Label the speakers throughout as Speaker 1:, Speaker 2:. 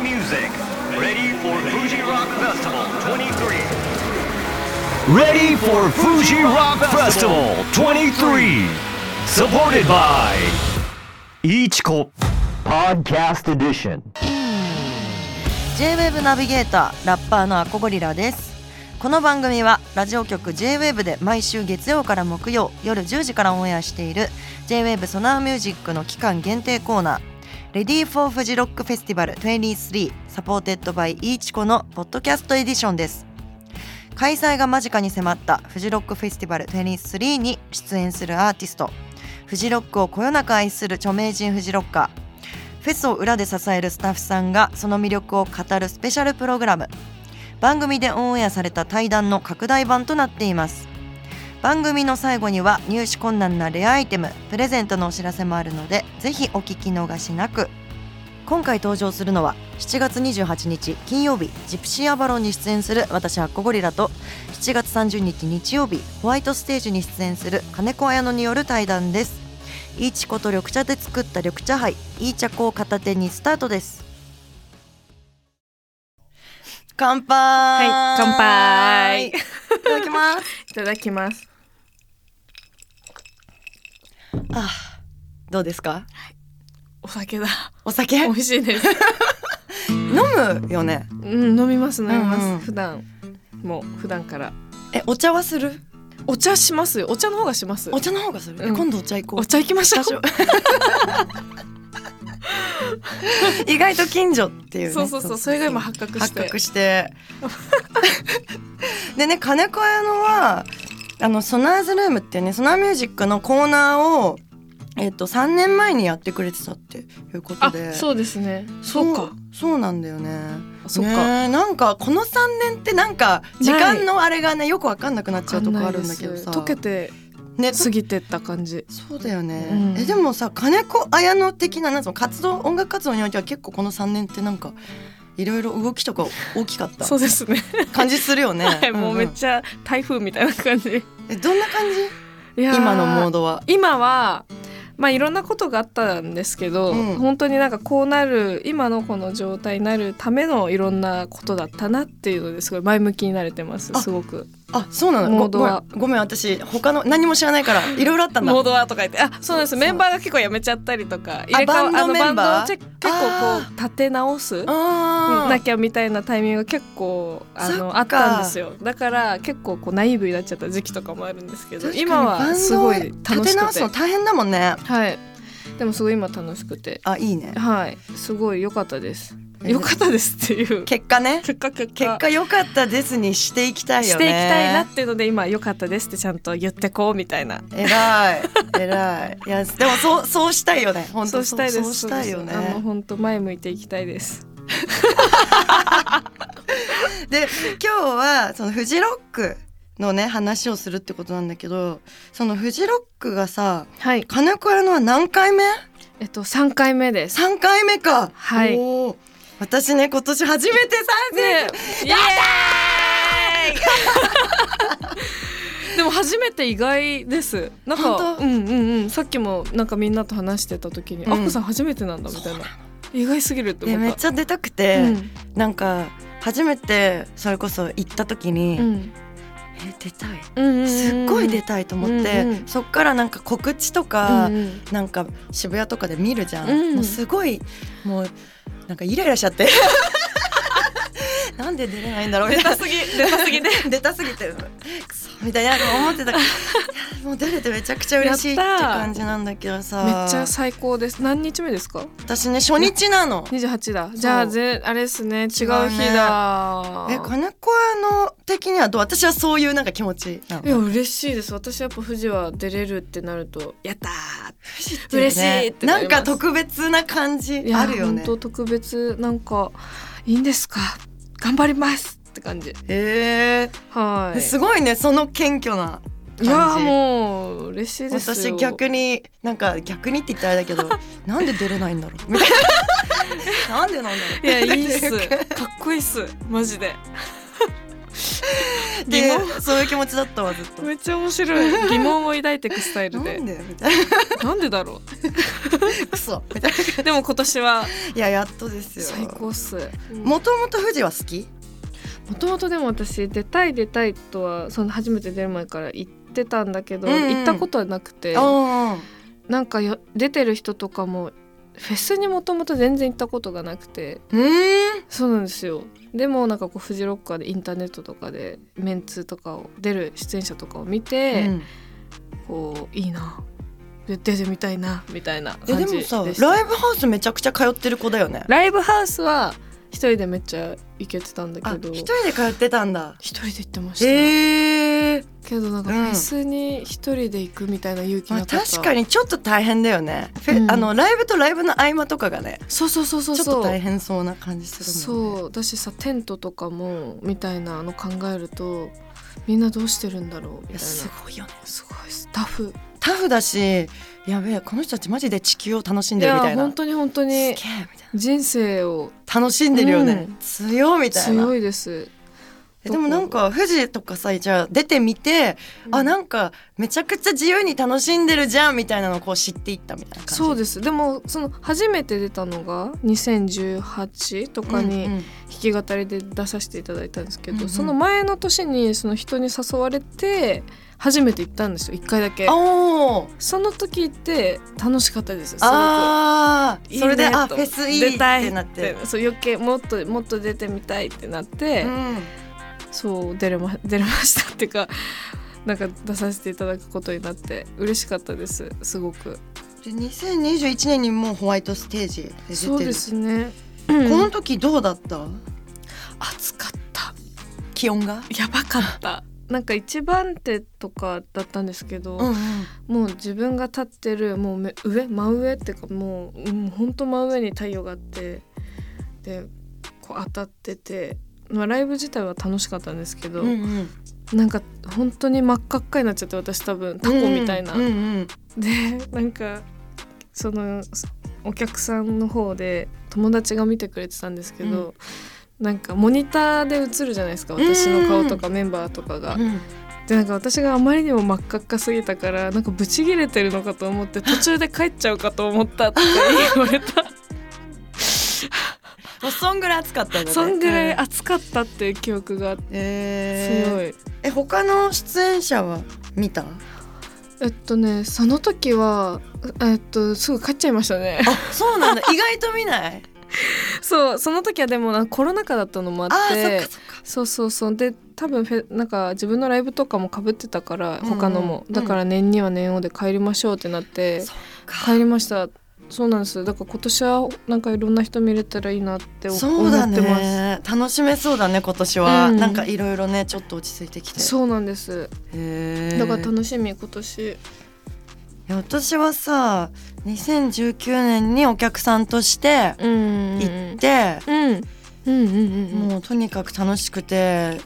Speaker 1: music. Ready for Fuji Rock Festival 23.
Speaker 2: Ready for Fuji Rock Festival 23. Supported by Ichiko Podcast Edition.
Speaker 3: J-WAVE ナビゲーターラッパーのアコゴリラですこの番組はラジオ局 J-WAVE で毎週月曜から木曜夜10時からオンエアしている J-WAVE ソナーミュージックの期間限定コーナーレディーフォーフジロックフェスティバル23サポーテッドバイイーチコのポッドキャストエディションです開催が間近に迫ったフジロックフェスティバル23に出演するアーティストフジロックをこよなく愛する著名人フジロッカーフェスを裏で支えるスタッフさんがその魅力を語るスペシャルプログラム番組でオンエアされた対談の拡大版となっています番組の最後には入手困難なレアアイテムプレゼントのお知らせもあるのでぜひお聞き逃しなく今回登場するのは7月28日金曜日ジプシーアバロンに出演する私アッコゴリラと7月30日日曜日ホワイトステージに出演する金子綾乃による対談ですいいちこと緑茶で作った緑茶杯いい茶粉を片手にスタートです乾杯
Speaker 4: は
Speaker 3: い
Speaker 4: い乾杯
Speaker 3: ただきます
Speaker 4: いただきます。
Speaker 3: どうですか
Speaker 4: お酒だ。
Speaker 3: お酒
Speaker 4: 美
Speaker 3: 飲
Speaker 4: 味しいです。
Speaker 3: むよね
Speaker 4: うん、飲みます、飲みます。
Speaker 3: うんうん
Speaker 4: 普段。もう普段から。
Speaker 3: えお茶はする
Speaker 4: お茶します。お茶の方がします。
Speaker 3: お茶の方がする、え
Speaker 4: うん
Speaker 3: 今度お茶行こう
Speaker 4: お茶行きましょう。
Speaker 3: 意外と近所っていう、ね、
Speaker 4: そうそうそう、それが今発覚し
Speaker 3: 発
Speaker 4: て。
Speaker 3: 覚して でね金子屋のはあのソナーズルームっていうねソナーミュージックのコーナーをえっと3年前にやってくれてたっていうこと
Speaker 4: あ
Speaker 3: で、
Speaker 4: そうですね。そうか。
Speaker 3: そうなんだよね
Speaker 4: そっか。
Speaker 3: ねえなんかこの3年ってなんか時間のあれがねよく分かんなくなっちゃうとこあるんだけどさ
Speaker 4: わかんないです
Speaker 3: ね
Speaker 4: 溶けて過ぎてった感じ。
Speaker 3: そうだよね、
Speaker 4: うん
Speaker 3: えでもさ金子綾乃的ななんつうの活動音楽活動においては結構この3年ってなんかいろいろ動きとか大きかった
Speaker 4: そうですね。
Speaker 3: 感じするよね、
Speaker 4: はい、もうめっ
Speaker 3: ゃ
Speaker 4: ちゃ台風みたいな感じ。
Speaker 3: えどんな感じ
Speaker 4: いやー
Speaker 3: 今のモードは
Speaker 4: 今はまあいろんなことがあったんですけど、
Speaker 3: うん
Speaker 4: 本当になんかこうなる今のこの状態になるためのいろんなことだったなっていうのですごい前向きになれてます
Speaker 3: あ
Speaker 4: すごく
Speaker 3: あそうなの
Speaker 4: モードは
Speaker 3: ごごめんごめん私他の何も知らないからいろいろあったんだ
Speaker 4: モードはとか言ってあそうなんです
Speaker 3: そう
Speaker 4: メンバーが結構やめちゃったりとか入れ替わ
Speaker 3: バンド
Speaker 4: あの
Speaker 3: メンバー
Speaker 4: バンドをチェック結構こう立て直す
Speaker 3: あー
Speaker 4: なきゃみたいなタイミングが結構あ
Speaker 3: そっ
Speaker 4: の
Speaker 3: か
Speaker 4: あったんですよだから結構こうナイーブになっちゃった時期とかもあるんですけど
Speaker 3: 確かに
Speaker 4: 今
Speaker 3: バン
Speaker 4: は
Speaker 3: ド
Speaker 4: すごい楽
Speaker 3: 立
Speaker 4: して
Speaker 3: 直
Speaker 4: く
Speaker 3: す
Speaker 4: て
Speaker 3: の大変だもんね
Speaker 4: はいでもすごい今楽しくて
Speaker 3: あいいね
Speaker 4: はい、すごい良かったです。
Speaker 3: え
Speaker 4: 良かったですっていう
Speaker 3: 結果ね
Speaker 4: 結果結
Speaker 3: 結果良かったですにしていきたい
Speaker 4: し
Speaker 3: よ
Speaker 4: て
Speaker 3: ね
Speaker 4: いきたいなっていうので今良かったですってちゃんと言ってこうみたいな。
Speaker 3: えらいえらいいやでもそうそうしたいよね本当
Speaker 4: そうしたいです。
Speaker 3: そうしたいよね
Speaker 4: そうですあの本当前向いていきたいです。
Speaker 3: で今日はそのフジロックのね話をするってことなんだけどそのフジロックがさ
Speaker 4: はい。
Speaker 3: 金子屋のは何回目
Speaker 4: えっと三回目です。
Speaker 3: 三回目か
Speaker 4: はい
Speaker 3: おー私ね今年初めて参
Speaker 4: ね、イエ
Speaker 3: 戦、
Speaker 4: ーイ でも初めて意外です。なんか
Speaker 3: 本当
Speaker 4: うんうんうんさっきもなんかみんなと話してた時に、
Speaker 3: うん
Speaker 4: あこさん初めてなんだみたいな意外すぎるって思
Speaker 3: で
Speaker 4: った。
Speaker 3: めっちゃ出たくて、
Speaker 4: うん
Speaker 3: なんか初めてそれこそ行った時に、
Speaker 4: うん
Speaker 3: え出たい
Speaker 4: うんうんうん
Speaker 3: すっごい出たいと思って、
Speaker 4: うんうん
Speaker 3: そっからなんか告知とか、
Speaker 4: うんうん
Speaker 3: なんか渋谷とかで見るじゃん、
Speaker 4: うん
Speaker 3: もうすごいもうなんかイライラしちゃって なんで出れないんだろうみたいな
Speaker 4: ぎ出たすぎで
Speaker 3: 出たすぎてるくそみたいな思ってたか らいやもう出れてめちゃくちゃ嬉しいって
Speaker 4: やったー
Speaker 3: 感じなんだけどさ
Speaker 4: めっちゃ最高です何日目ですか
Speaker 3: 私ね初日なの
Speaker 4: 二十八だ
Speaker 3: う
Speaker 4: じゃあぜあれですね違う日
Speaker 3: うね
Speaker 4: だ
Speaker 3: え金子屋の的にはどう私はそういうなんか気持ちない
Speaker 4: や嬉しいです私やっぱ富士は出れるってなるとやったー
Speaker 3: の
Speaker 4: 嬉しいってな
Speaker 3: な
Speaker 4: り
Speaker 3: ん
Speaker 4: ます
Speaker 3: か特別な感じ
Speaker 4: いや
Speaker 3: あるよね
Speaker 4: 本当特別なんかいいんですか頑張りますって感じ
Speaker 3: え
Speaker 4: は
Speaker 3: ー、
Speaker 4: い
Speaker 3: すごいねその謙虚ない
Speaker 4: や
Speaker 3: 感じ
Speaker 4: もう嬉しいですよ
Speaker 3: 私逆になんか逆にって言ったらあれだけ どなんで出れないんだろうみたいななんでなんだろう
Speaker 4: いやいい っ
Speaker 3: って
Speaker 4: す
Speaker 3: うか
Speaker 4: かっこいいっすマジで
Speaker 3: で
Speaker 4: 疑問
Speaker 3: そういう気持ちだったわずっ と
Speaker 4: めっちゃ面白い疑問を抱いていくスタイル
Speaker 3: な
Speaker 4: で
Speaker 3: んでみたいな
Speaker 4: なんでだろう
Speaker 3: クソみたいな
Speaker 4: でも今年はい
Speaker 3: ややっとですよ
Speaker 4: 最高っす
Speaker 3: もともと富士は好き
Speaker 4: もともとでも私出たい出たいとはその初めて出る前から言ってたんだけど、
Speaker 3: うんうん
Speaker 4: 行ったことはなくて
Speaker 3: あ
Speaker 4: なんかよ出てる人とかもフェスにもともと全然行ったことがなくて
Speaker 3: ーうん
Speaker 4: そうなんですよでもなんかこうフジロッカーでインターネットとかでメンツとかを出る出演者とかを見て、
Speaker 3: うん
Speaker 4: こういいなで出てみたいなみたいな
Speaker 3: え
Speaker 4: 感
Speaker 3: で
Speaker 4: じ
Speaker 3: も
Speaker 4: でし
Speaker 3: さ
Speaker 4: た
Speaker 3: ライブハウスめちゃくちゃ通ってる子だよね
Speaker 4: ライブハウスは一人でめっちゃ行けてたんだ
Speaker 3: あ
Speaker 4: けど
Speaker 3: 一人で通ってたんだ
Speaker 4: 一人で行ってました、
Speaker 3: へえ
Speaker 4: けどなんか
Speaker 3: うん
Speaker 4: フェスに一人で行くみたいな勇気
Speaker 3: ま
Speaker 4: な
Speaker 3: あ、
Speaker 4: かった、
Speaker 3: 確かにちょっと大変だよね、フ
Speaker 4: うん
Speaker 3: ェあのライブとライブの合間とかがね
Speaker 4: そうそうそうそう
Speaker 3: ちょっ
Speaker 4: そ
Speaker 3: と
Speaker 4: う
Speaker 3: 大変そうな感じするもんね
Speaker 4: そうだしさテントとかもみたいなの考えるとみんなどうしてるんだろうみた
Speaker 3: い
Speaker 4: いな
Speaker 3: やす
Speaker 4: す
Speaker 3: ごいよね
Speaker 4: ごいスタッフ
Speaker 3: タフだしやべえこの人たちマジで地球を楽しん
Speaker 4: い
Speaker 3: でるみ
Speaker 4: や
Speaker 3: たいな
Speaker 4: 本当に本当
Speaker 3: すげえみ
Speaker 4: に
Speaker 3: たい
Speaker 4: 人生を
Speaker 3: な楽しんでるよね、
Speaker 4: うん
Speaker 3: 強いみたいな
Speaker 4: 強いです
Speaker 3: えでもなんか富士とかさじゃあ出てみて、あなんかめちゃくちゃ自由に楽しんでるじゃんみたいなのをこう知っていったみたいな感じ
Speaker 4: そうですでもその初めて出たのが2018とかに
Speaker 3: うんうん
Speaker 4: 弾き語りで出させていただいたんですけど、
Speaker 3: うんうん
Speaker 4: その前の年にその人に誘われて初めて行ったんですよ1回だけ
Speaker 3: あおー
Speaker 4: その時行って楽しかったですすごく
Speaker 3: あー
Speaker 4: いいね
Speaker 3: それであ
Speaker 4: と
Speaker 3: フェスいいっ
Speaker 4: 出たい
Speaker 3: てなって
Speaker 4: そう余計もっともっと出てみたいってなって、
Speaker 3: うん
Speaker 4: そう出れま 出れましたっていうかなんか出させていただくことになって嬉しかったですすごく
Speaker 3: で2021年にもうホワイトステージで出てる
Speaker 4: そうですね
Speaker 3: この時どうだった
Speaker 4: 暑かった
Speaker 3: 気温が
Speaker 4: やばかったなんか一番手とかだったんですけど、
Speaker 3: うんうん
Speaker 4: もう自分が立ってるもうめ上真上っていうかもう、うん、ほんと真上に太陽があってでこう当たってて、まあ、ライブ自体は楽しかったんですけど、
Speaker 3: うんうん
Speaker 4: なんか本当に真っ赤っかになっちゃって私多分タコみたいな。
Speaker 3: うんうん
Speaker 4: でなんかそのお客さんの方で友達が見てくれてたんですけど、なんかモニターで映るじゃないですか私の顔とかメンバーとかが。
Speaker 3: うん
Speaker 4: でなんか私があまりにも真っ赤っかすぎたからなんかブチギレてるのかと思って途中で帰っちゃうかと思ったって言われた
Speaker 3: もうそんぐらい暑かったんだね
Speaker 4: そんぐらい暑かったっていう記憶が
Speaker 3: えー
Speaker 4: 強い。
Speaker 3: え他の出演者は見た
Speaker 4: えっとねその時はえっとすぐ帰っちゃいましたね
Speaker 3: そう なんだ意外と見ない
Speaker 4: そうその時はでもなコロナ禍だったのもあっ
Speaker 3: あーそ
Speaker 4: て
Speaker 3: っかそっか
Speaker 4: そうそうそうで多分フェなんか自分のライブとかもかぶってたから
Speaker 3: うんうん
Speaker 4: 他のも、だから年には年をで帰りましょうってなって
Speaker 3: そっか
Speaker 4: 帰りましたそうなんですだから今年はなんかいろんな人見れたらいいなって思
Speaker 3: そう
Speaker 4: 思
Speaker 3: だ
Speaker 4: ってます
Speaker 3: ね楽しめそうだね今年は、
Speaker 4: うん
Speaker 3: なんかいろいろねちょっと落ち着いてきて
Speaker 4: そうなんです
Speaker 3: へー
Speaker 4: だから楽しみ今年
Speaker 3: いや私はさ2019年にお客さんとして
Speaker 4: うんうん
Speaker 3: 行って、
Speaker 4: うんうんうんうんうん
Speaker 3: もうとにかく楽しくて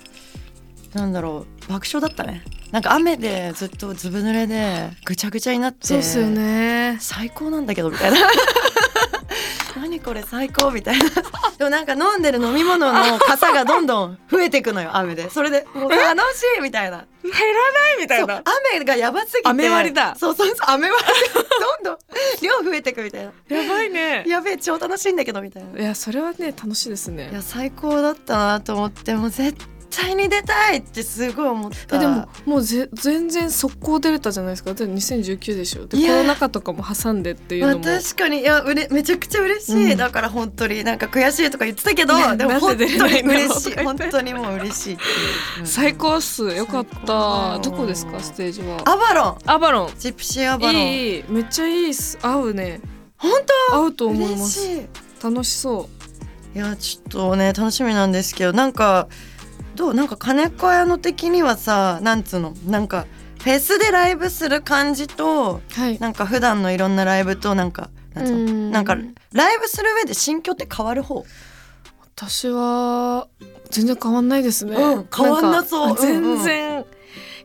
Speaker 3: なんだろう爆笑だったねなんか雨でずっとずぶ濡れでぐちゃぐちゃになって
Speaker 4: そうっす よね
Speaker 3: 最高なんだけどみたいな 何これ最高みたいな でもなんか飲んでる飲み物の傘がどんどん増えていくのよ雨でそれでもう楽しいみたいな
Speaker 4: 減らないみた
Speaker 3: そう雨がやばすぎて
Speaker 4: 雨割りだ
Speaker 3: そうそうそう雨割り がどんどん量増えてくみたいな
Speaker 4: やばいね
Speaker 3: やべえ超楽しいんだけどみたいない
Speaker 4: いやそれはね楽しいですね
Speaker 3: や最高だったなと思ってもう絶対に出たいってすごい思った
Speaker 4: えでももうぜ全然速攻出れたじゃないですかだって2019でしょで
Speaker 3: い
Speaker 4: コ
Speaker 3: や
Speaker 4: ロナ禍とかも挟んでっていう
Speaker 3: まあ
Speaker 4: のも
Speaker 3: 確かにいやうれめちゃくちゃ嬉しい、
Speaker 4: うん
Speaker 3: だから本当になんか悔しいとか言ってたけど、
Speaker 4: ね
Speaker 3: でも
Speaker 4: な
Speaker 3: 本
Speaker 4: ん
Speaker 3: 当
Speaker 4: で
Speaker 3: に
Speaker 4: 出れないんだろ
Speaker 3: 嬉
Speaker 4: う
Speaker 3: し
Speaker 4: と
Speaker 3: い
Speaker 4: か言っ
Speaker 3: 本
Speaker 4: て
Speaker 3: 当にもう嬉しいっていう
Speaker 4: 最高っすよかっ
Speaker 3: 最高
Speaker 4: たどこですかステージは
Speaker 3: アバロン
Speaker 4: アバロン
Speaker 3: ジプシーアバロン
Speaker 4: いいいいめっちゃいいっす合うね
Speaker 3: 本
Speaker 4: 合う
Speaker 3: 当
Speaker 4: と思い
Speaker 3: 嬉
Speaker 4: ます
Speaker 3: しい
Speaker 4: 楽しそ
Speaker 3: いやちょっとね楽しみなんですけどなんかどうなんか金子屋の的にはさなんつうのなんかフェスでライブする感じと
Speaker 4: うはい
Speaker 3: なんか普段のいろんなライブとなんかなんつうの
Speaker 4: うん
Speaker 3: なんかライブする上で心境って変わる方
Speaker 4: 私は全然変わんないですね、
Speaker 3: うん変わんなそう
Speaker 4: か
Speaker 3: うんうん
Speaker 4: 全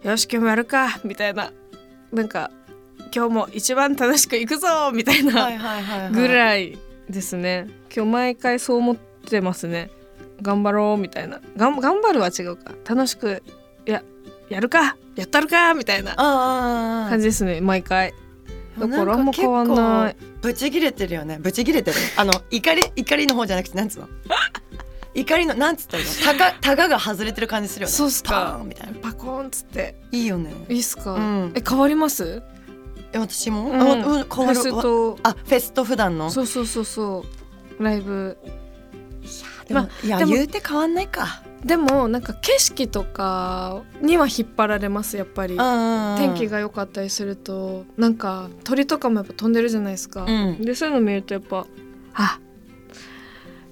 Speaker 4: 然、よし今日もやるかみたいななんか今日も一番楽しくいくぞみたいな
Speaker 3: はいはいは
Speaker 4: ぐ
Speaker 3: い
Speaker 4: らいですね、今日毎回そう思ってますね頑張ろうみたいながん頑張るは違うか楽しくいややるかやったるかみたいな
Speaker 3: ああ
Speaker 4: 感じですね毎回だからあんま変わんない
Speaker 3: 結構ブチギレてるよねブチギレてるあの怒り怒りの方じゃなくてなん つうの怒りのなんつったらいいのたがたがが外れてる感じするよね
Speaker 4: そうっすか
Speaker 3: パーンみたいな
Speaker 4: パコーンっつって
Speaker 3: いいよね
Speaker 4: いいっすか、
Speaker 3: うん
Speaker 4: え変わります
Speaker 3: え私も、
Speaker 4: うん
Speaker 3: あうん変わ
Speaker 4: フェ
Speaker 3: る
Speaker 4: ス
Speaker 3: わ
Speaker 4: と
Speaker 3: あフェスと普段の
Speaker 4: そうそうそうそうライブ
Speaker 3: でも
Speaker 4: ま
Speaker 3: いや
Speaker 4: でも
Speaker 3: 言うて変わんないか
Speaker 4: でもなんか景色とかには引っ張られますやっぱり天
Speaker 3: 天
Speaker 4: 気が良かったりするとなんか鳥とかもやっぱ飛んでるじゃないですか、
Speaker 3: うん
Speaker 4: でそういうの見るとやっぱあ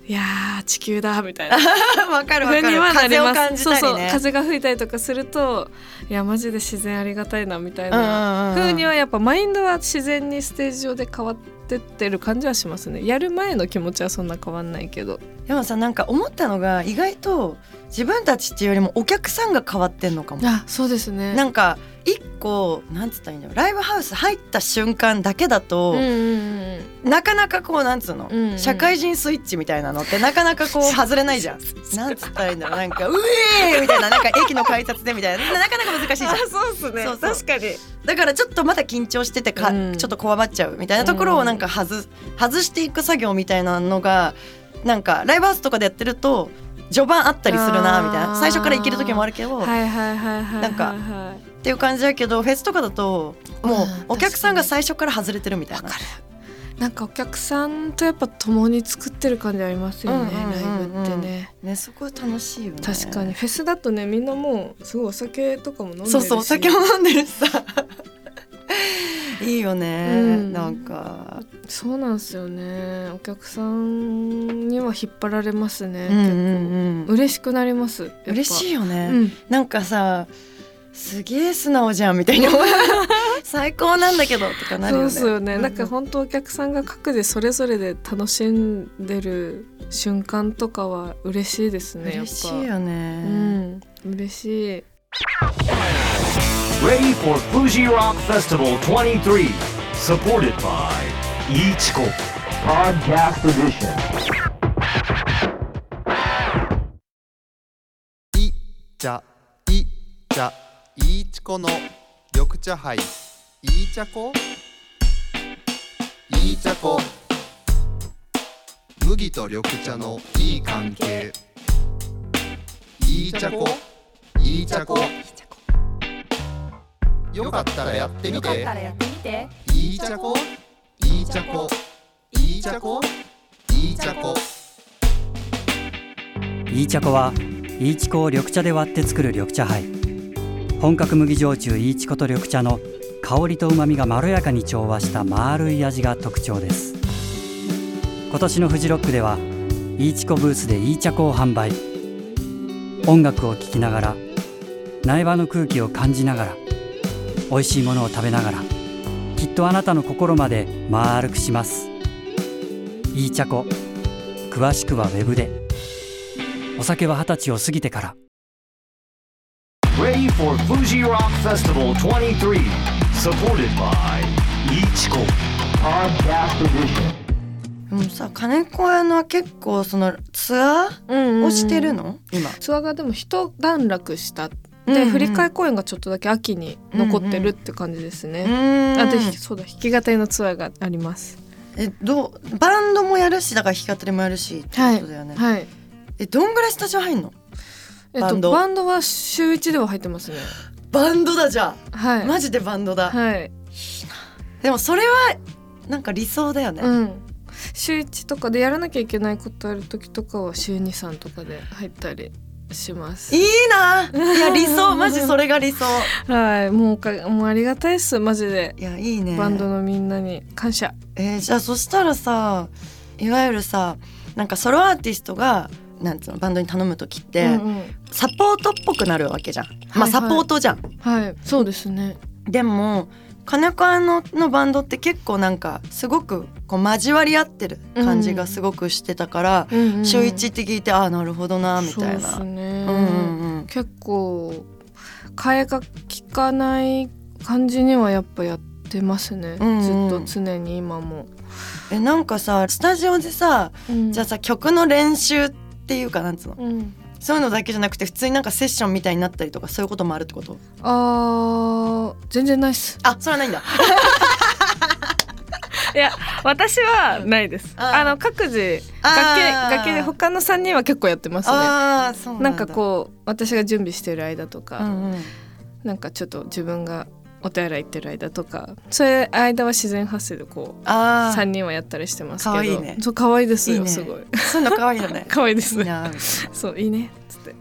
Speaker 4: いやー地球だみ たいな
Speaker 3: わかるわ
Speaker 4: 風
Speaker 3: か
Speaker 4: に
Speaker 3: る
Speaker 4: はなり
Speaker 3: 風を
Speaker 4: ます
Speaker 3: 感じた
Speaker 4: そう
Speaker 3: り
Speaker 4: そう
Speaker 3: ね
Speaker 4: 風が吹いたりとかするといやマジで自然ありがたいなみたい
Speaker 3: うんう
Speaker 4: なん
Speaker 3: うん
Speaker 4: 風にはやっぱマインドは自然にステージ上で変わってってる感じはしますねやる前の気持ちはそんな変わんないけど
Speaker 3: でもさなんか思ったのが意外と自分たちっていうよりもお客さんが変わってんのかも
Speaker 4: あそうですね
Speaker 3: なん
Speaker 4: か
Speaker 3: んか一個なんつったらいいんだろうライブハウス入った瞬間だけだと、
Speaker 4: うんうん
Speaker 3: なかなかこうなんつうの、
Speaker 4: うんうん
Speaker 3: 社会人スイッチみたいなのってなかなかこう外れない じゃんなんつったらいいんだろうなんか「うえー!」みたいななんか駅の改札でみたいななかなか難しいじゃん
Speaker 4: そうっす
Speaker 3: ね確
Speaker 4: かに
Speaker 3: だからちょっとまだ緊張しててか、
Speaker 4: うん
Speaker 3: ちょっとこわばっちゃうみたいなところをなんか外す外していく作業みたいなのがなんかライブハウスとかでやってると序盤あったりするなみたい
Speaker 4: あ
Speaker 3: な
Speaker 4: ー
Speaker 3: 最初からいける時もあるけど、
Speaker 4: はいはいはいはい
Speaker 3: なんか
Speaker 4: か
Speaker 3: っていう感じだけどフェスとかだともう
Speaker 4: うん
Speaker 3: お客さんが最初から外れてるみたいな。
Speaker 4: なんかお客さんとやっぱ共に作ってる感じありますよね、
Speaker 3: うんうんうんうん
Speaker 4: ライブってね
Speaker 3: ね、そこは楽しいよね
Speaker 4: 確かにフェスだとねみんなもうすごいお酒とかも飲んでるし
Speaker 3: そうそうお酒も飲んでるしさ いいよね、
Speaker 4: うん
Speaker 3: なんか
Speaker 4: そうなんですよねお客さんには引っ張られますね、
Speaker 3: うんうん
Speaker 4: 結構
Speaker 3: うん
Speaker 4: 嬉しくなりますやっぱ
Speaker 3: 嬉しいよね、
Speaker 4: うん
Speaker 3: なんかさすげえ素直じゃんみた いな最高なんだけどとかなる
Speaker 4: そ
Speaker 3: よ
Speaker 4: う
Speaker 3: ね
Speaker 4: っすよね、なんか
Speaker 3: う
Speaker 4: 本当お客さんが各でそれぞれで楽しんでる瞬間とかは嬉しいですねやっぱ
Speaker 3: 嬉しいよ
Speaker 4: う
Speaker 3: ね、
Speaker 4: ん嬉しい
Speaker 2: Ready for Fuji Rock Festival 23. Supported by Ichiko Podcast Edition.
Speaker 5: い茶い茶いいちこの緑茶杯いい茶こいい茶こ麦と緑茶のいい関係いい茶こいい茶こよかったらやってみていい茶こいい茶こいい茶こいい茶こ
Speaker 6: いい茶こは、いいちこを緑茶で割って作る緑茶杯。本格麦焼酎いいちこと緑茶の香りと旨味がまろやかに調和した丸い味が特徴です。今年のフジロックでは、いいちこブースでいい茶こを販売。音楽を聴きながら、苗場の空気を感じながら、美味しいものを食べながら、きっとあなたの心まで丸くします。いい茶こ、詳しくはウェブで。お酒は二十歳を過ぎてから。
Speaker 2: Ready for Fuji Rock Festival 23. Supported by Ichiko Podcast Edition.
Speaker 3: でもさ金子屋のは結構そのツアーをしてるの、今
Speaker 4: ツアーがでも一段落したで、
Speaker 3: うんうん
Speaker 4: 振り替え公演がちょっとだけ秋に残ってるって感じですね、あ
Speaker 3: あ
Speaker 4: とひそうだ弾き語りのツアーがあります
Speaker 3: えどうバンドもやるしだから弾き語りもやるしってことだよね、
Speaker 4: はい
Speaker 3: えどんぐらいスタジオ入んの
Speaker 4: えっ
Speaker 3: バ
Speaker 4: と
Speaker 3: ンド
Speaker 4: バンドは週一では入ってますね
Speaker 3: バンドだじゃ
Speaker 4: は
Speaker 3: あ
Speaker 4: い
Speaker 3: マジでバンドだ、
Speaker 4: はい
Speaker 3: でもそれはなんか理想だよね、
Speaker 4: うん週一とかでやらなきゃいけないことある時とかは週二三とかで入ったりします
Speaker 3: いいないや理想マジそれが理想
Speaker 4: はいもうおかもうありがたいっすマジで
Speaker 3: いやいいね
Speaker 4: バンドのみんなに感謝
Speaker 3: えーじゃあそしたらさいわゆるさなんかソロアーティストがなんつうのバンドに頼む時って、
Speaker 4: うんうん
Speaker 3: サポートっぽくなるわけじゃん、まあ
Speaker 4: はいはい
Speaker 3: サポートじゃん、
Speaker 4: はいそうですね
Speaker 3: でも金子屋ののバンドって結構なんかすごくこう交わり合ってる感じがすごくしてたから、
Speaker 4: うんうんうん
Speaker 3: 週一って聞いてああなるほどなみたいな
Speaker 4: そうです
Speaker 3: う
Speaker 4: ね
Speaker 3: んうんうん
Speaker 4: 結構替えが効かない感じにはやっぱやってますね、
Speaker 3: うんうん
Speaker 4: ずっと常に今も、
Speaker 3: えなんかさスタジオでさじゃあさ曲の練習っていうかなんつうの
Speaker 4: うん
Speaker 3: そういうのだけじゃなくて普通になんかセッションみたいになったりとかそういうこともあるってこと
Speaker 4: あー全然ないっす
Speaker 3: あそれはないんだ
Speaker 4: いや私はないです。
Speaker 3: あー
Speaker 4: あの各自
Speaker 3: あー
Speaker 4: 崖崖で他の三人は結構やってますね。
Speaker 3: ああそうなんだ
Speaker 4: なんかこう私が準備してる間とか、
Speaker 3: うんうん
Speaker 4: なんかちょっと自分がお手洗い行ってる間とか、そういう間は自然発生でこう
Speaker 3: ああ
Speaker 4: 三人はやったりしてますけど、
Speaker 3: 可愛いね
Speaker 4: そう可愛いですよ
Speaker 3: いいね
Speaker 4: すごい
Speaker 3: そういうの可愛いよね
Speaker 4: 可愛いで
Speaker 3: い
Speaker 4: す。
Speaker 3: いな
Speaker 4: そういいねっつって。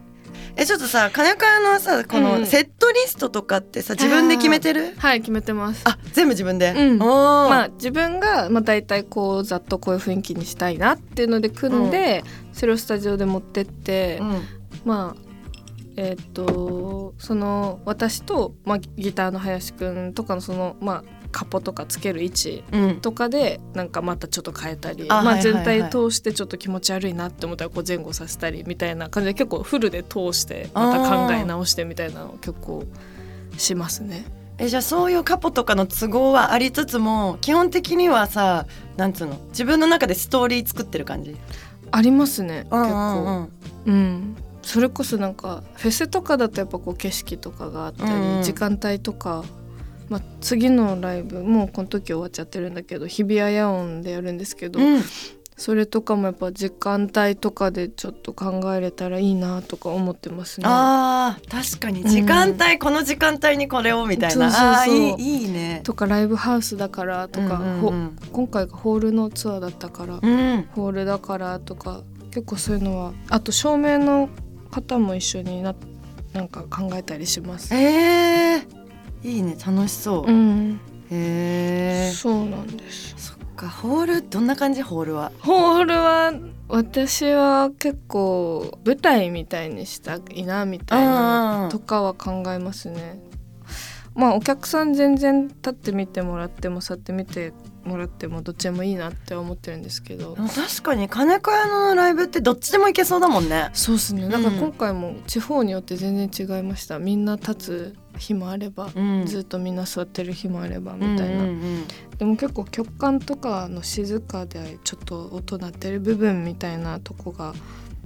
Speaker 3: えちょっとさ金川のさこ
Speaker 4: うんう
Speaker 3: の
Speaker 4: ん
Speaker 3: セットリストとかってさ自分で決めてる
Speaker 4: はい決めてます。
Speaker 3: あ全部自分で、
Speaker 4: うん
Speaker 3: おー
Speaker 4: まあ、自分が、まあ、大体こうざっとこういう雰囲気にしたいなっていうので組んで、それをスタジオで持ってって、
Speaker 3: うん
Speaker 4: まあえーっとその私と、まあ、ギターの林くんとかのその、まあ、カポとかつける位置
Speaker 3: うん
Speaker 4: とかでなんかまたちょっと変えたり
Speaker 3: あ
Speaker 4: ま
Speaker 3: はい
Speaker 4: あ、
Speaker 3: はい
Speaker 4: 全
Speaker 3: はい
Speaker 4: 体通してちょっと気持ち悪いなって思ったらこう前後させたりみたいな感じで結構フルで通してまた考え直してみたいなのを結構しますね。
Speaker 3: えじゃあそういうカポとかの都合はありつつも基本的にはさなんつうの自分の中でストーリー作ってる感じ結
Speaker 4: ありますね結構。
Speaker 3: 構
Speaker 4: うん、それこそなんかフェスとかだとやっぱこう景色とかがあったり、
Speaker 3: うんうん
Speaker 4: 時間帯とか、まあ、次のライブもうこの時終わっちゃってるんだけど日比谷野音でやるんですけど、
Speaker 3: うん
Speaker 4: それとかもやっぱ時間帯とかでちょっと考えれたらいいなとか思ってますね。
Speaker 3: あー確かに時間帯、この時間帯にこれをみたいな
Speaker 4: そうそうそう
Speaker 3: あーいいいいね
Speaker 4: とかライブハウスだからとか、
Speaker 3: うんう
Speaker 4: ほ
Speaker 3: ん
Speaker 4: 今回がホールのツアーだったから、
Speaker 3: うんうん
Speaker 4: ホールだからとか結構そういうのはあと照明の方も一緒にななんか考えたりします。
Speaker 3: えー、いいね楽しそう、
Speaker 4: うん、
Speaker 3: へえ
Speaker 4: そうなんです
Speaker 3: そっかホールどんな感じホールは
Speaker 4: ホールは私は結構舞台みたいにしたいなみたいな
Speaker 3: あー
Speaker 4: のとかは考えますね。まあお客さん全然立ってみてもらっても座ってみてもらってもどっちでもいいなって思ってるんですけど
Speaker 3: で。も確かに金子屋のライブってどっちでも行けそうだもんね
Speaker 4: そうですね。
Speaker 3: ん
Speaker 4: だから今回も地方によって全然違いました。みんな立つ日もあれば、
Speaker 3: うん
Speaker 4: ずっとみんな座ってる日もあればみたいな。
Speaker 3: うんうんうん
Speaker 4: でも結構曲感とかの静かでちょっと音鳴ってる部分みたいなとこが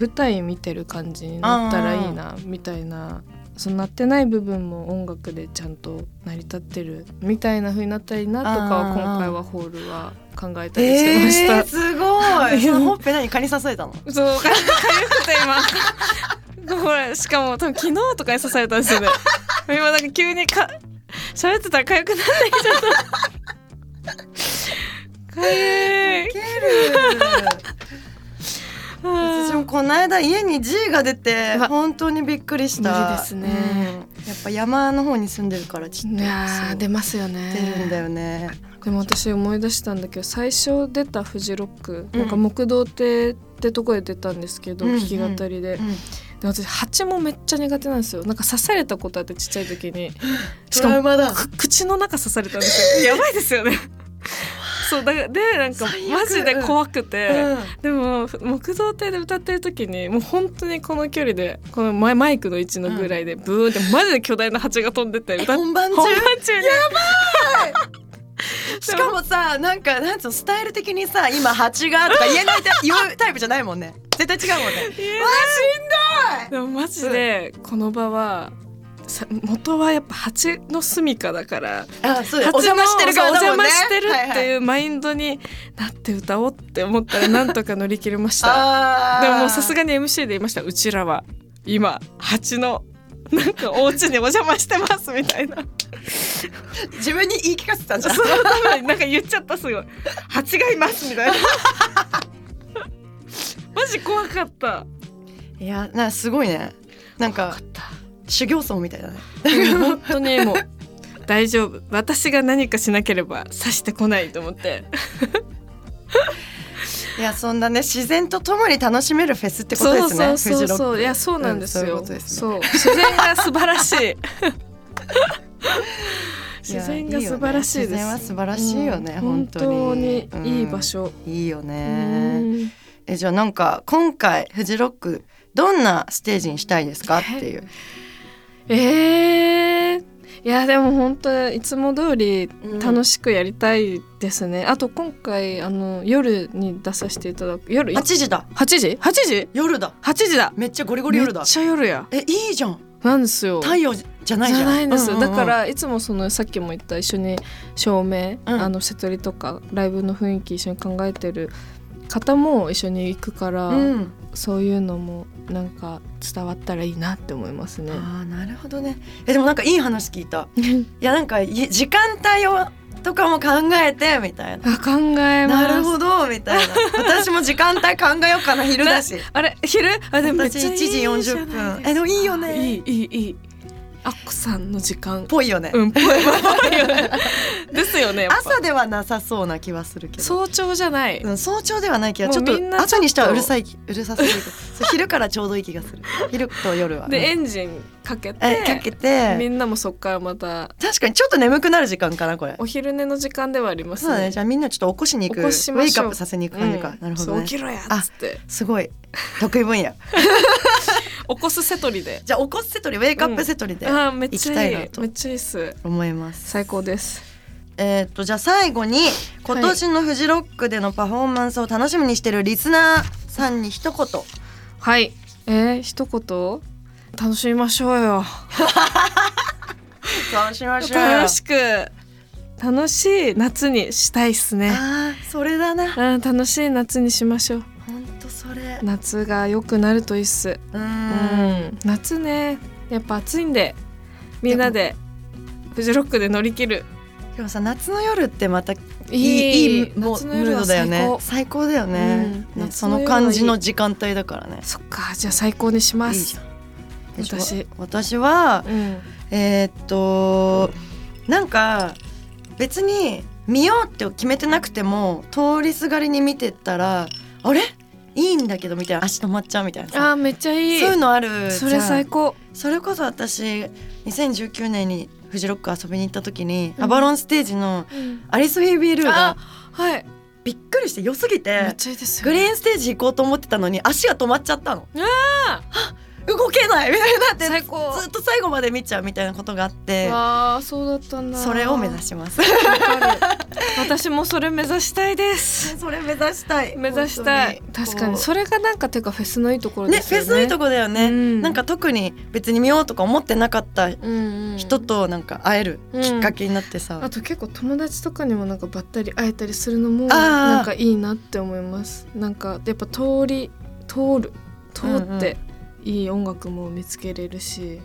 Speaker 4: 舞台見てる感じになったらいいなみたいなその鳴ってない部分も音楽でちゃんと成り立ってるみたいな風になったらいいなとか
Speaker 3: あ
Speaker 4: は
Speaker 3: ー
Speaker 4: 今回はホールは考えたりしてました。
Speaker 3: えー、すご い。そのほっぺ何蚊に刺されたの？
Speaker 4: そうかゆくて今 これしかも多分昨日とかに刺されたんですよね今なんか急にか喋ってたらかゆくなってきちゃったかゆ
Speaker 3: ケル。
Speaker 4: い
Speaker 3: 私もこの間家に G が出て
Speaker 4: うわ
Speaker 3: 本当にびっくりした。
Speaker 4: 無理ですね
Speaker 3: うんやっぱ山の方に住んでるからちょっと
Speaker 4: いや
Speaker 3: そ
Speaker 4: ー
Speaker 3: う
Speaker 4: 出ますよ
Speaker 3: 出るんだ
Speaker 4: ね
Speaker 3: よね。
Speaker 4: でも私思い出したんだけど最初出たフジロック、なんか木道亭ってとこで出たんですけど、
Speaker 3: うんうん
Speaker 4: 弾き語りで、
Speaker 3: うん
Speaker 4: で私蜂もめっちゃ苦手なんですよなんか刺されたことあってちっちゃい 時にし
Speaker 3: トラ
Speaker 4: か
Speaker 3: ウ
Speaker 4: も
Speaker 3: マだ
Speaker 4: く口の中刺されたんです よやばいですよね そうだからでなんか
Speaker 3: 最悪
Speaker 4: マジで怖くて、
Speaker 3: うん
Speaker 4: でも木造亭で歌ってる時にもう本当にこの距離でこのマイマイクの位置のぐらいでブーンってマジで巨大な蜂が飛んでって歌っ
Speaker 3: 本番中
Speaker 4: 本番中に
Speaker 3: しかもさなんかなんつうのスタイル的にさ今蜂がとか言えないタイプ言うタイプじゃないもんね絶対違うもんね
Speaker 4: 言えない
Speaker 3: わあしんどい
Speaker 4: でもマジでこの場はさ元はやっぱ蜂の住処だから
Speaker 3: あそうだよお
Speaker 4: 初
Speaker 3: 邪
Speaker 4: の
Speaker 3: 魔してる側だもんね
Speaker 4: そうお邪魔してるって
Speaker 3: はは
Speaker 4: いうマインドになって歌おうって思ったらなんとか乗り切れました
Speaker 3: あー
Speaker 4: でももうさすがに MC で言いましたうちらは今蜂のなんかお家にお邪魔してますみたいな
Speaker 3: 自分に言い聞かせてたんじゃん
Speaker 4: そのためになんか言っちゃったすごい蜂がいますみたいな マジ怖かった
Speaker 3: いやなんかすごいねなんか修行僧みたいだね
Speaker 4: 本当にもう大丈夫私が何かしなければ刺してこないと思って
Speaker 3: いやそんなね自然とともに楽しめるフェスってことですね
Speaker 4: そうそうそう
Speaker 3: フジロッ
Speaker 4: そ
Speaker 3: ク
Speaker 4: ういやそうなんです
Speaker 3: うんそういう
Speaker 4: よ。
Speaker 3: ことですね
Speaker 4: そう自然が素晴らしい。
Speaker 3: いや
Speaker 4: 自然が素晴らしいです。
Speaker 3: いいよね自然は素晴らしいよね
Speaker 4: うん
Speaker 3: 本当に
Speaker 4: 本当にいい場所。
Speaker 3: いいよ
Speaker 4: う
Speaker 3: ね
Speaker 4: ん
Speaker 3: えじゃあなんか今回フジロックどんなステージにしたいですかっていう
Speaker 4: えーいやでも本当いつも通り楽しくやりたいですね。あと今回あの夜に出させていただく夜
Speaker 3: 8時だ
Speaker 4: 八時八時
Speaker 3: 夜だ
Speaker 4: 八時だ。
Speaker 3: めっちゃゴリゴリ
Speaker 4: めっ
Speaker 3: 夜だ
Speaker 4: ちゃ夜や。
Speaker 3: えいいじゃん
Speaker 4: なんですよ。
Speaker 3: 太陽じゃない
Speaker 4: じ
Speaker 3: じゃ
Speaker 4: ゃ
Speaker 3: ん
Speaker 4: ないんです、
Speaker 3: うんうんうん
Speaker 4: だからいつもそのさっきも言った一緒に照明、
Speaker 3: うん
Speaker 4: あのセトリとかライブの雰囲気一緒に考えてる方も一緒に行くから、
Speaker 3: うん、
Speaker 4: そういうのもなんか伝わったらいいなって思いま すね。
Speaker 3: ああなるほどねえでもなんかいい話聞いたいやなんかい時間帯をとかも考えてみたいな
Speaker 4: あ考えます。
Speaker 3: なるほどみたいな私も時間帯考えようかな昼だし
Speaker 4: あれ昼 あでもめっ
Speaker 3: 私
Speaker 4: ちゃい
Speaker 3: 1
Speaker 4: い
Speaker 3: 時
Speaker 4: じゃな
Speaker 3: 40
Speaker 4: いですか
Speaker 3: 分えでもいいよね
Speaker 4: いいいいいい。アッコさんの時 間。
Speaker 3: ぽいよね、
Speaker 4: うんぽいぽいよね ですよね。やっぱ
Speaker 3: 朝ではなさそうな気はするけど
Speaker 4: 早朝じゃない。
Speaker 3: うん早朝ではない気が
Speaker 4: もう
Speaker 3: ちょっと
Speaker 4: みんなちょっと
Speaker 3: 朝にしてはうるさいうるさすぎるそう昼からちょうどいい気がする昼と夜は
Speaker 4: でエンジンかけて
Speaker 3: えかけ
Speaker 4: み
Speaker 3: て
Speaker 4: んなもそこからまた
Speaker 3: 確かにちょっと眠くなる時間かなこれ
Speaker 4: お昼寝の時間ではあります
Speaker 3: そうだねじゃあみんなちょっと起こしに行く
Speaker 4: 起
Speaker 3: ウ
Speaker 4: こしましょう
Speaker 3: ェイクアップさせに行く感じか、
Speaker 4: うん
Speaker 3: なるほ
Speaker 4: そ
Speaker 3: ど
Speaker 4: う
Speaker 3: ね
Speaker 4: 起きろや
Speaker 3: あ
Speaker 4: っつって
Speaker 3: すごい得意分野
Speaker 4: 起こすセトリで
Speaker 3: じゃあ起こすセトリウェイクアップセトリで
Speaker 4: あーめっ
Speaker 3: 行
Speaker 4: ち
Speaker 3: きた
Speaker 4: ゃい
Speaker 3: い
Speaker 4: い
Speaker 3: なと
Speaker 4: めっちゃいいっす
Speaker 3: 思います、
Speaker 4: 最高です
Speaker 3: えーっとじゃあ最後に今年のフジロックでのパフォーマンスを楽しみにしてるリスナーさんに一言
Speaker 4: はいえー、一言楽しみましょうよ
Speaker 3: 楽しみましょうよ
Speaker 4: 楽しく楽しい夏にしたいっすね
Speaker 3: あーそれだな
Speaker 4: うん楽しい夏にしましょう
Speaker 3: ほんとそれ
Speaker 4: 夏が良くなるといいっす
Speaker 3: う
Speaker 4: うんん夏ねやっぱ暑いんでみんなでフジロックで乗り切る
Speaker 3: でもさ夏の夜ってまたい
Speaker 4: い
Speaker 3: いいいもう
Speaker 4: 夏
Speaker 3: ム
Speaker 4: の夜
Speaker 3: ー
Speaker 4: は
Speaker 3: ドだよ
Speaker 4: 最
Speaker 3: ね
Speaker 4: 高
Speaker 3: 最高だよね,、
Speaker 4: うん
Speaker 3: ね
Speaker 4: 夏
Speaker 3: そ
Speaker 4: の夜はい
Speaker 3: の感
Speaker 4: い
Speaker 3: じの時間帯だからね
Speaker 4: そっかじゃあ最高にしま
Speaker 3: いい
Speaker 4: す
Speaker 3: じゃんでしょ
Speaker 4: 私
Speaker 3: 私は
Speaker 4: うん
Speaker 3: えーっとなんか別に見ようって決めてなくても通りすがりに見てたらあれいいんだけどみたいな足止まっちゃうみたいなさ
Speaker 4: あーめっちゃいい
Speaker 3: そういうのある
Speaker 4: それ
Speaker 3: じゃん
Speaker 4: 最高
Speaker 3: それこそ私2019年にフジロック遊びに行った時に、アバロンステージのアリス・フィービー・ルーが
Speaker 4: あはい
Speaker 3: びっくりして良すぎ
Speaker 4: めってちゃいいですよ
Speaker 3: グ
Speaker 4: ね
Speaker 3: リーンステージ行こうと思ってたのに足が止まっちゃったの。あ動けないみたいになって
Speaker 4: 最高
Speaker 3: ずっと最後まで見ちゃうみたいなことがあって
Speaker 4: わあそうだったんだ
Speaker 3: それを目指します。
Speaker 4: わかる私もそれ目指したいです
Speaker 3: それ目指したい
Speaker 4: 目指したい
Speaker 3: 本当
Speaker 4: 確かに
Speaker 3: こ
Speaker 4: それがなんかてかフェスのいいとこ
Speaker 3: う
Speaker 4: ろ
Speaker 3: ね
Speaker 4: です
Speaker 3: フ
Speaker 4: よ
Speaker 3: ェ
Speaker 4: ね
Speaker 3: スのいいとこだよね、
Speaker 4: うん
Speaker 3: なんか特に別に見ようとか思ってなかった
Speaker 4: うんうん
Speaker 3: 人となんか会えるきっかけになってさ、
Speaker 4: あと結構友達とかにもなんかばったり会えたりするのも
Speaker 3: ー
Speaker 4: なんかいいなって思いますなんかやっぱ通り通る通っていい音楽も見つけれるし、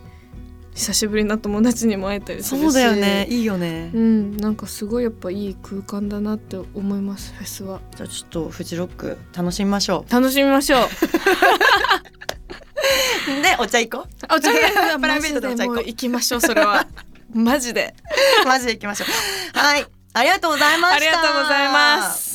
Speaker 4: 久しぶりな友達にも会えたりす
Speaker 3: そ
Speaker 4: るし
Speaker 3: うだよねいいよね、
Speaker 4: うんなんかすごいやっぱいい空間だなって思いますフェスは
Speaker 3: じゃあちょっとフジロック楽しみましょ
Speaker 4: 楽しみましょう
Speaker 3: うでお茶行こ
Speaker 4: あじゃ あ
Speaker 3: プライベートでお茶行こう
Speaker 4: マジも行きましょうそれ はマジで
Speaker 3: うマジで行きましょうはいありがとうございました
Speaker 4: ありがとうございます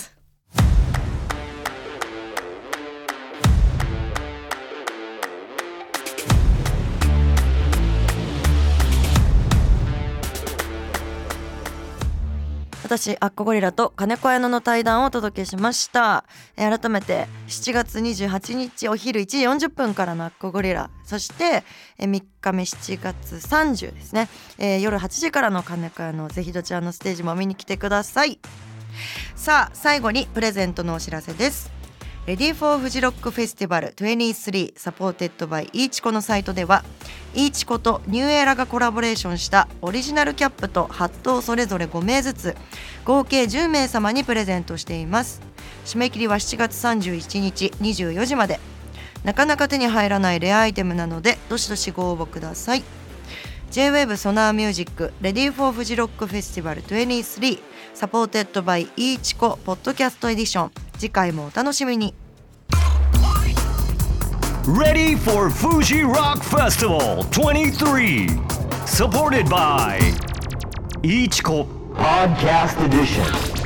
Speaker 7: 私アッコゴリラと金子綾乃の対談をお届けしましたえー改めて7月28日お昼1時40分からのアッコゴリラそしてえー3日目7月30ですね、えー夜8時からの金子綾乃ぜひどちらのステージも見に来てくださいさあ最後にプレゼントのお知らせですレディフォーフジロックフェスティバル23サポーテッドバイイーチコのサイトではイーチコとニューエラがコラボレーションしたオリジナルキャップとハットをそれぞれ5名ずつ合計10名様にプレゼントしています締め切りは7月31日24時までなかなか手に入らないレアアイテムなのでどしどしご応募ください J-WAVE ソナーミュージックレディーフォーフジロックフェスティバル23サポーテッドバイイーチコポッドキャストエディション次回もお楽しみに
Speaker 2: Ready for Fuji Rock Festival 23. Supported by Ichiko Podcast Edition.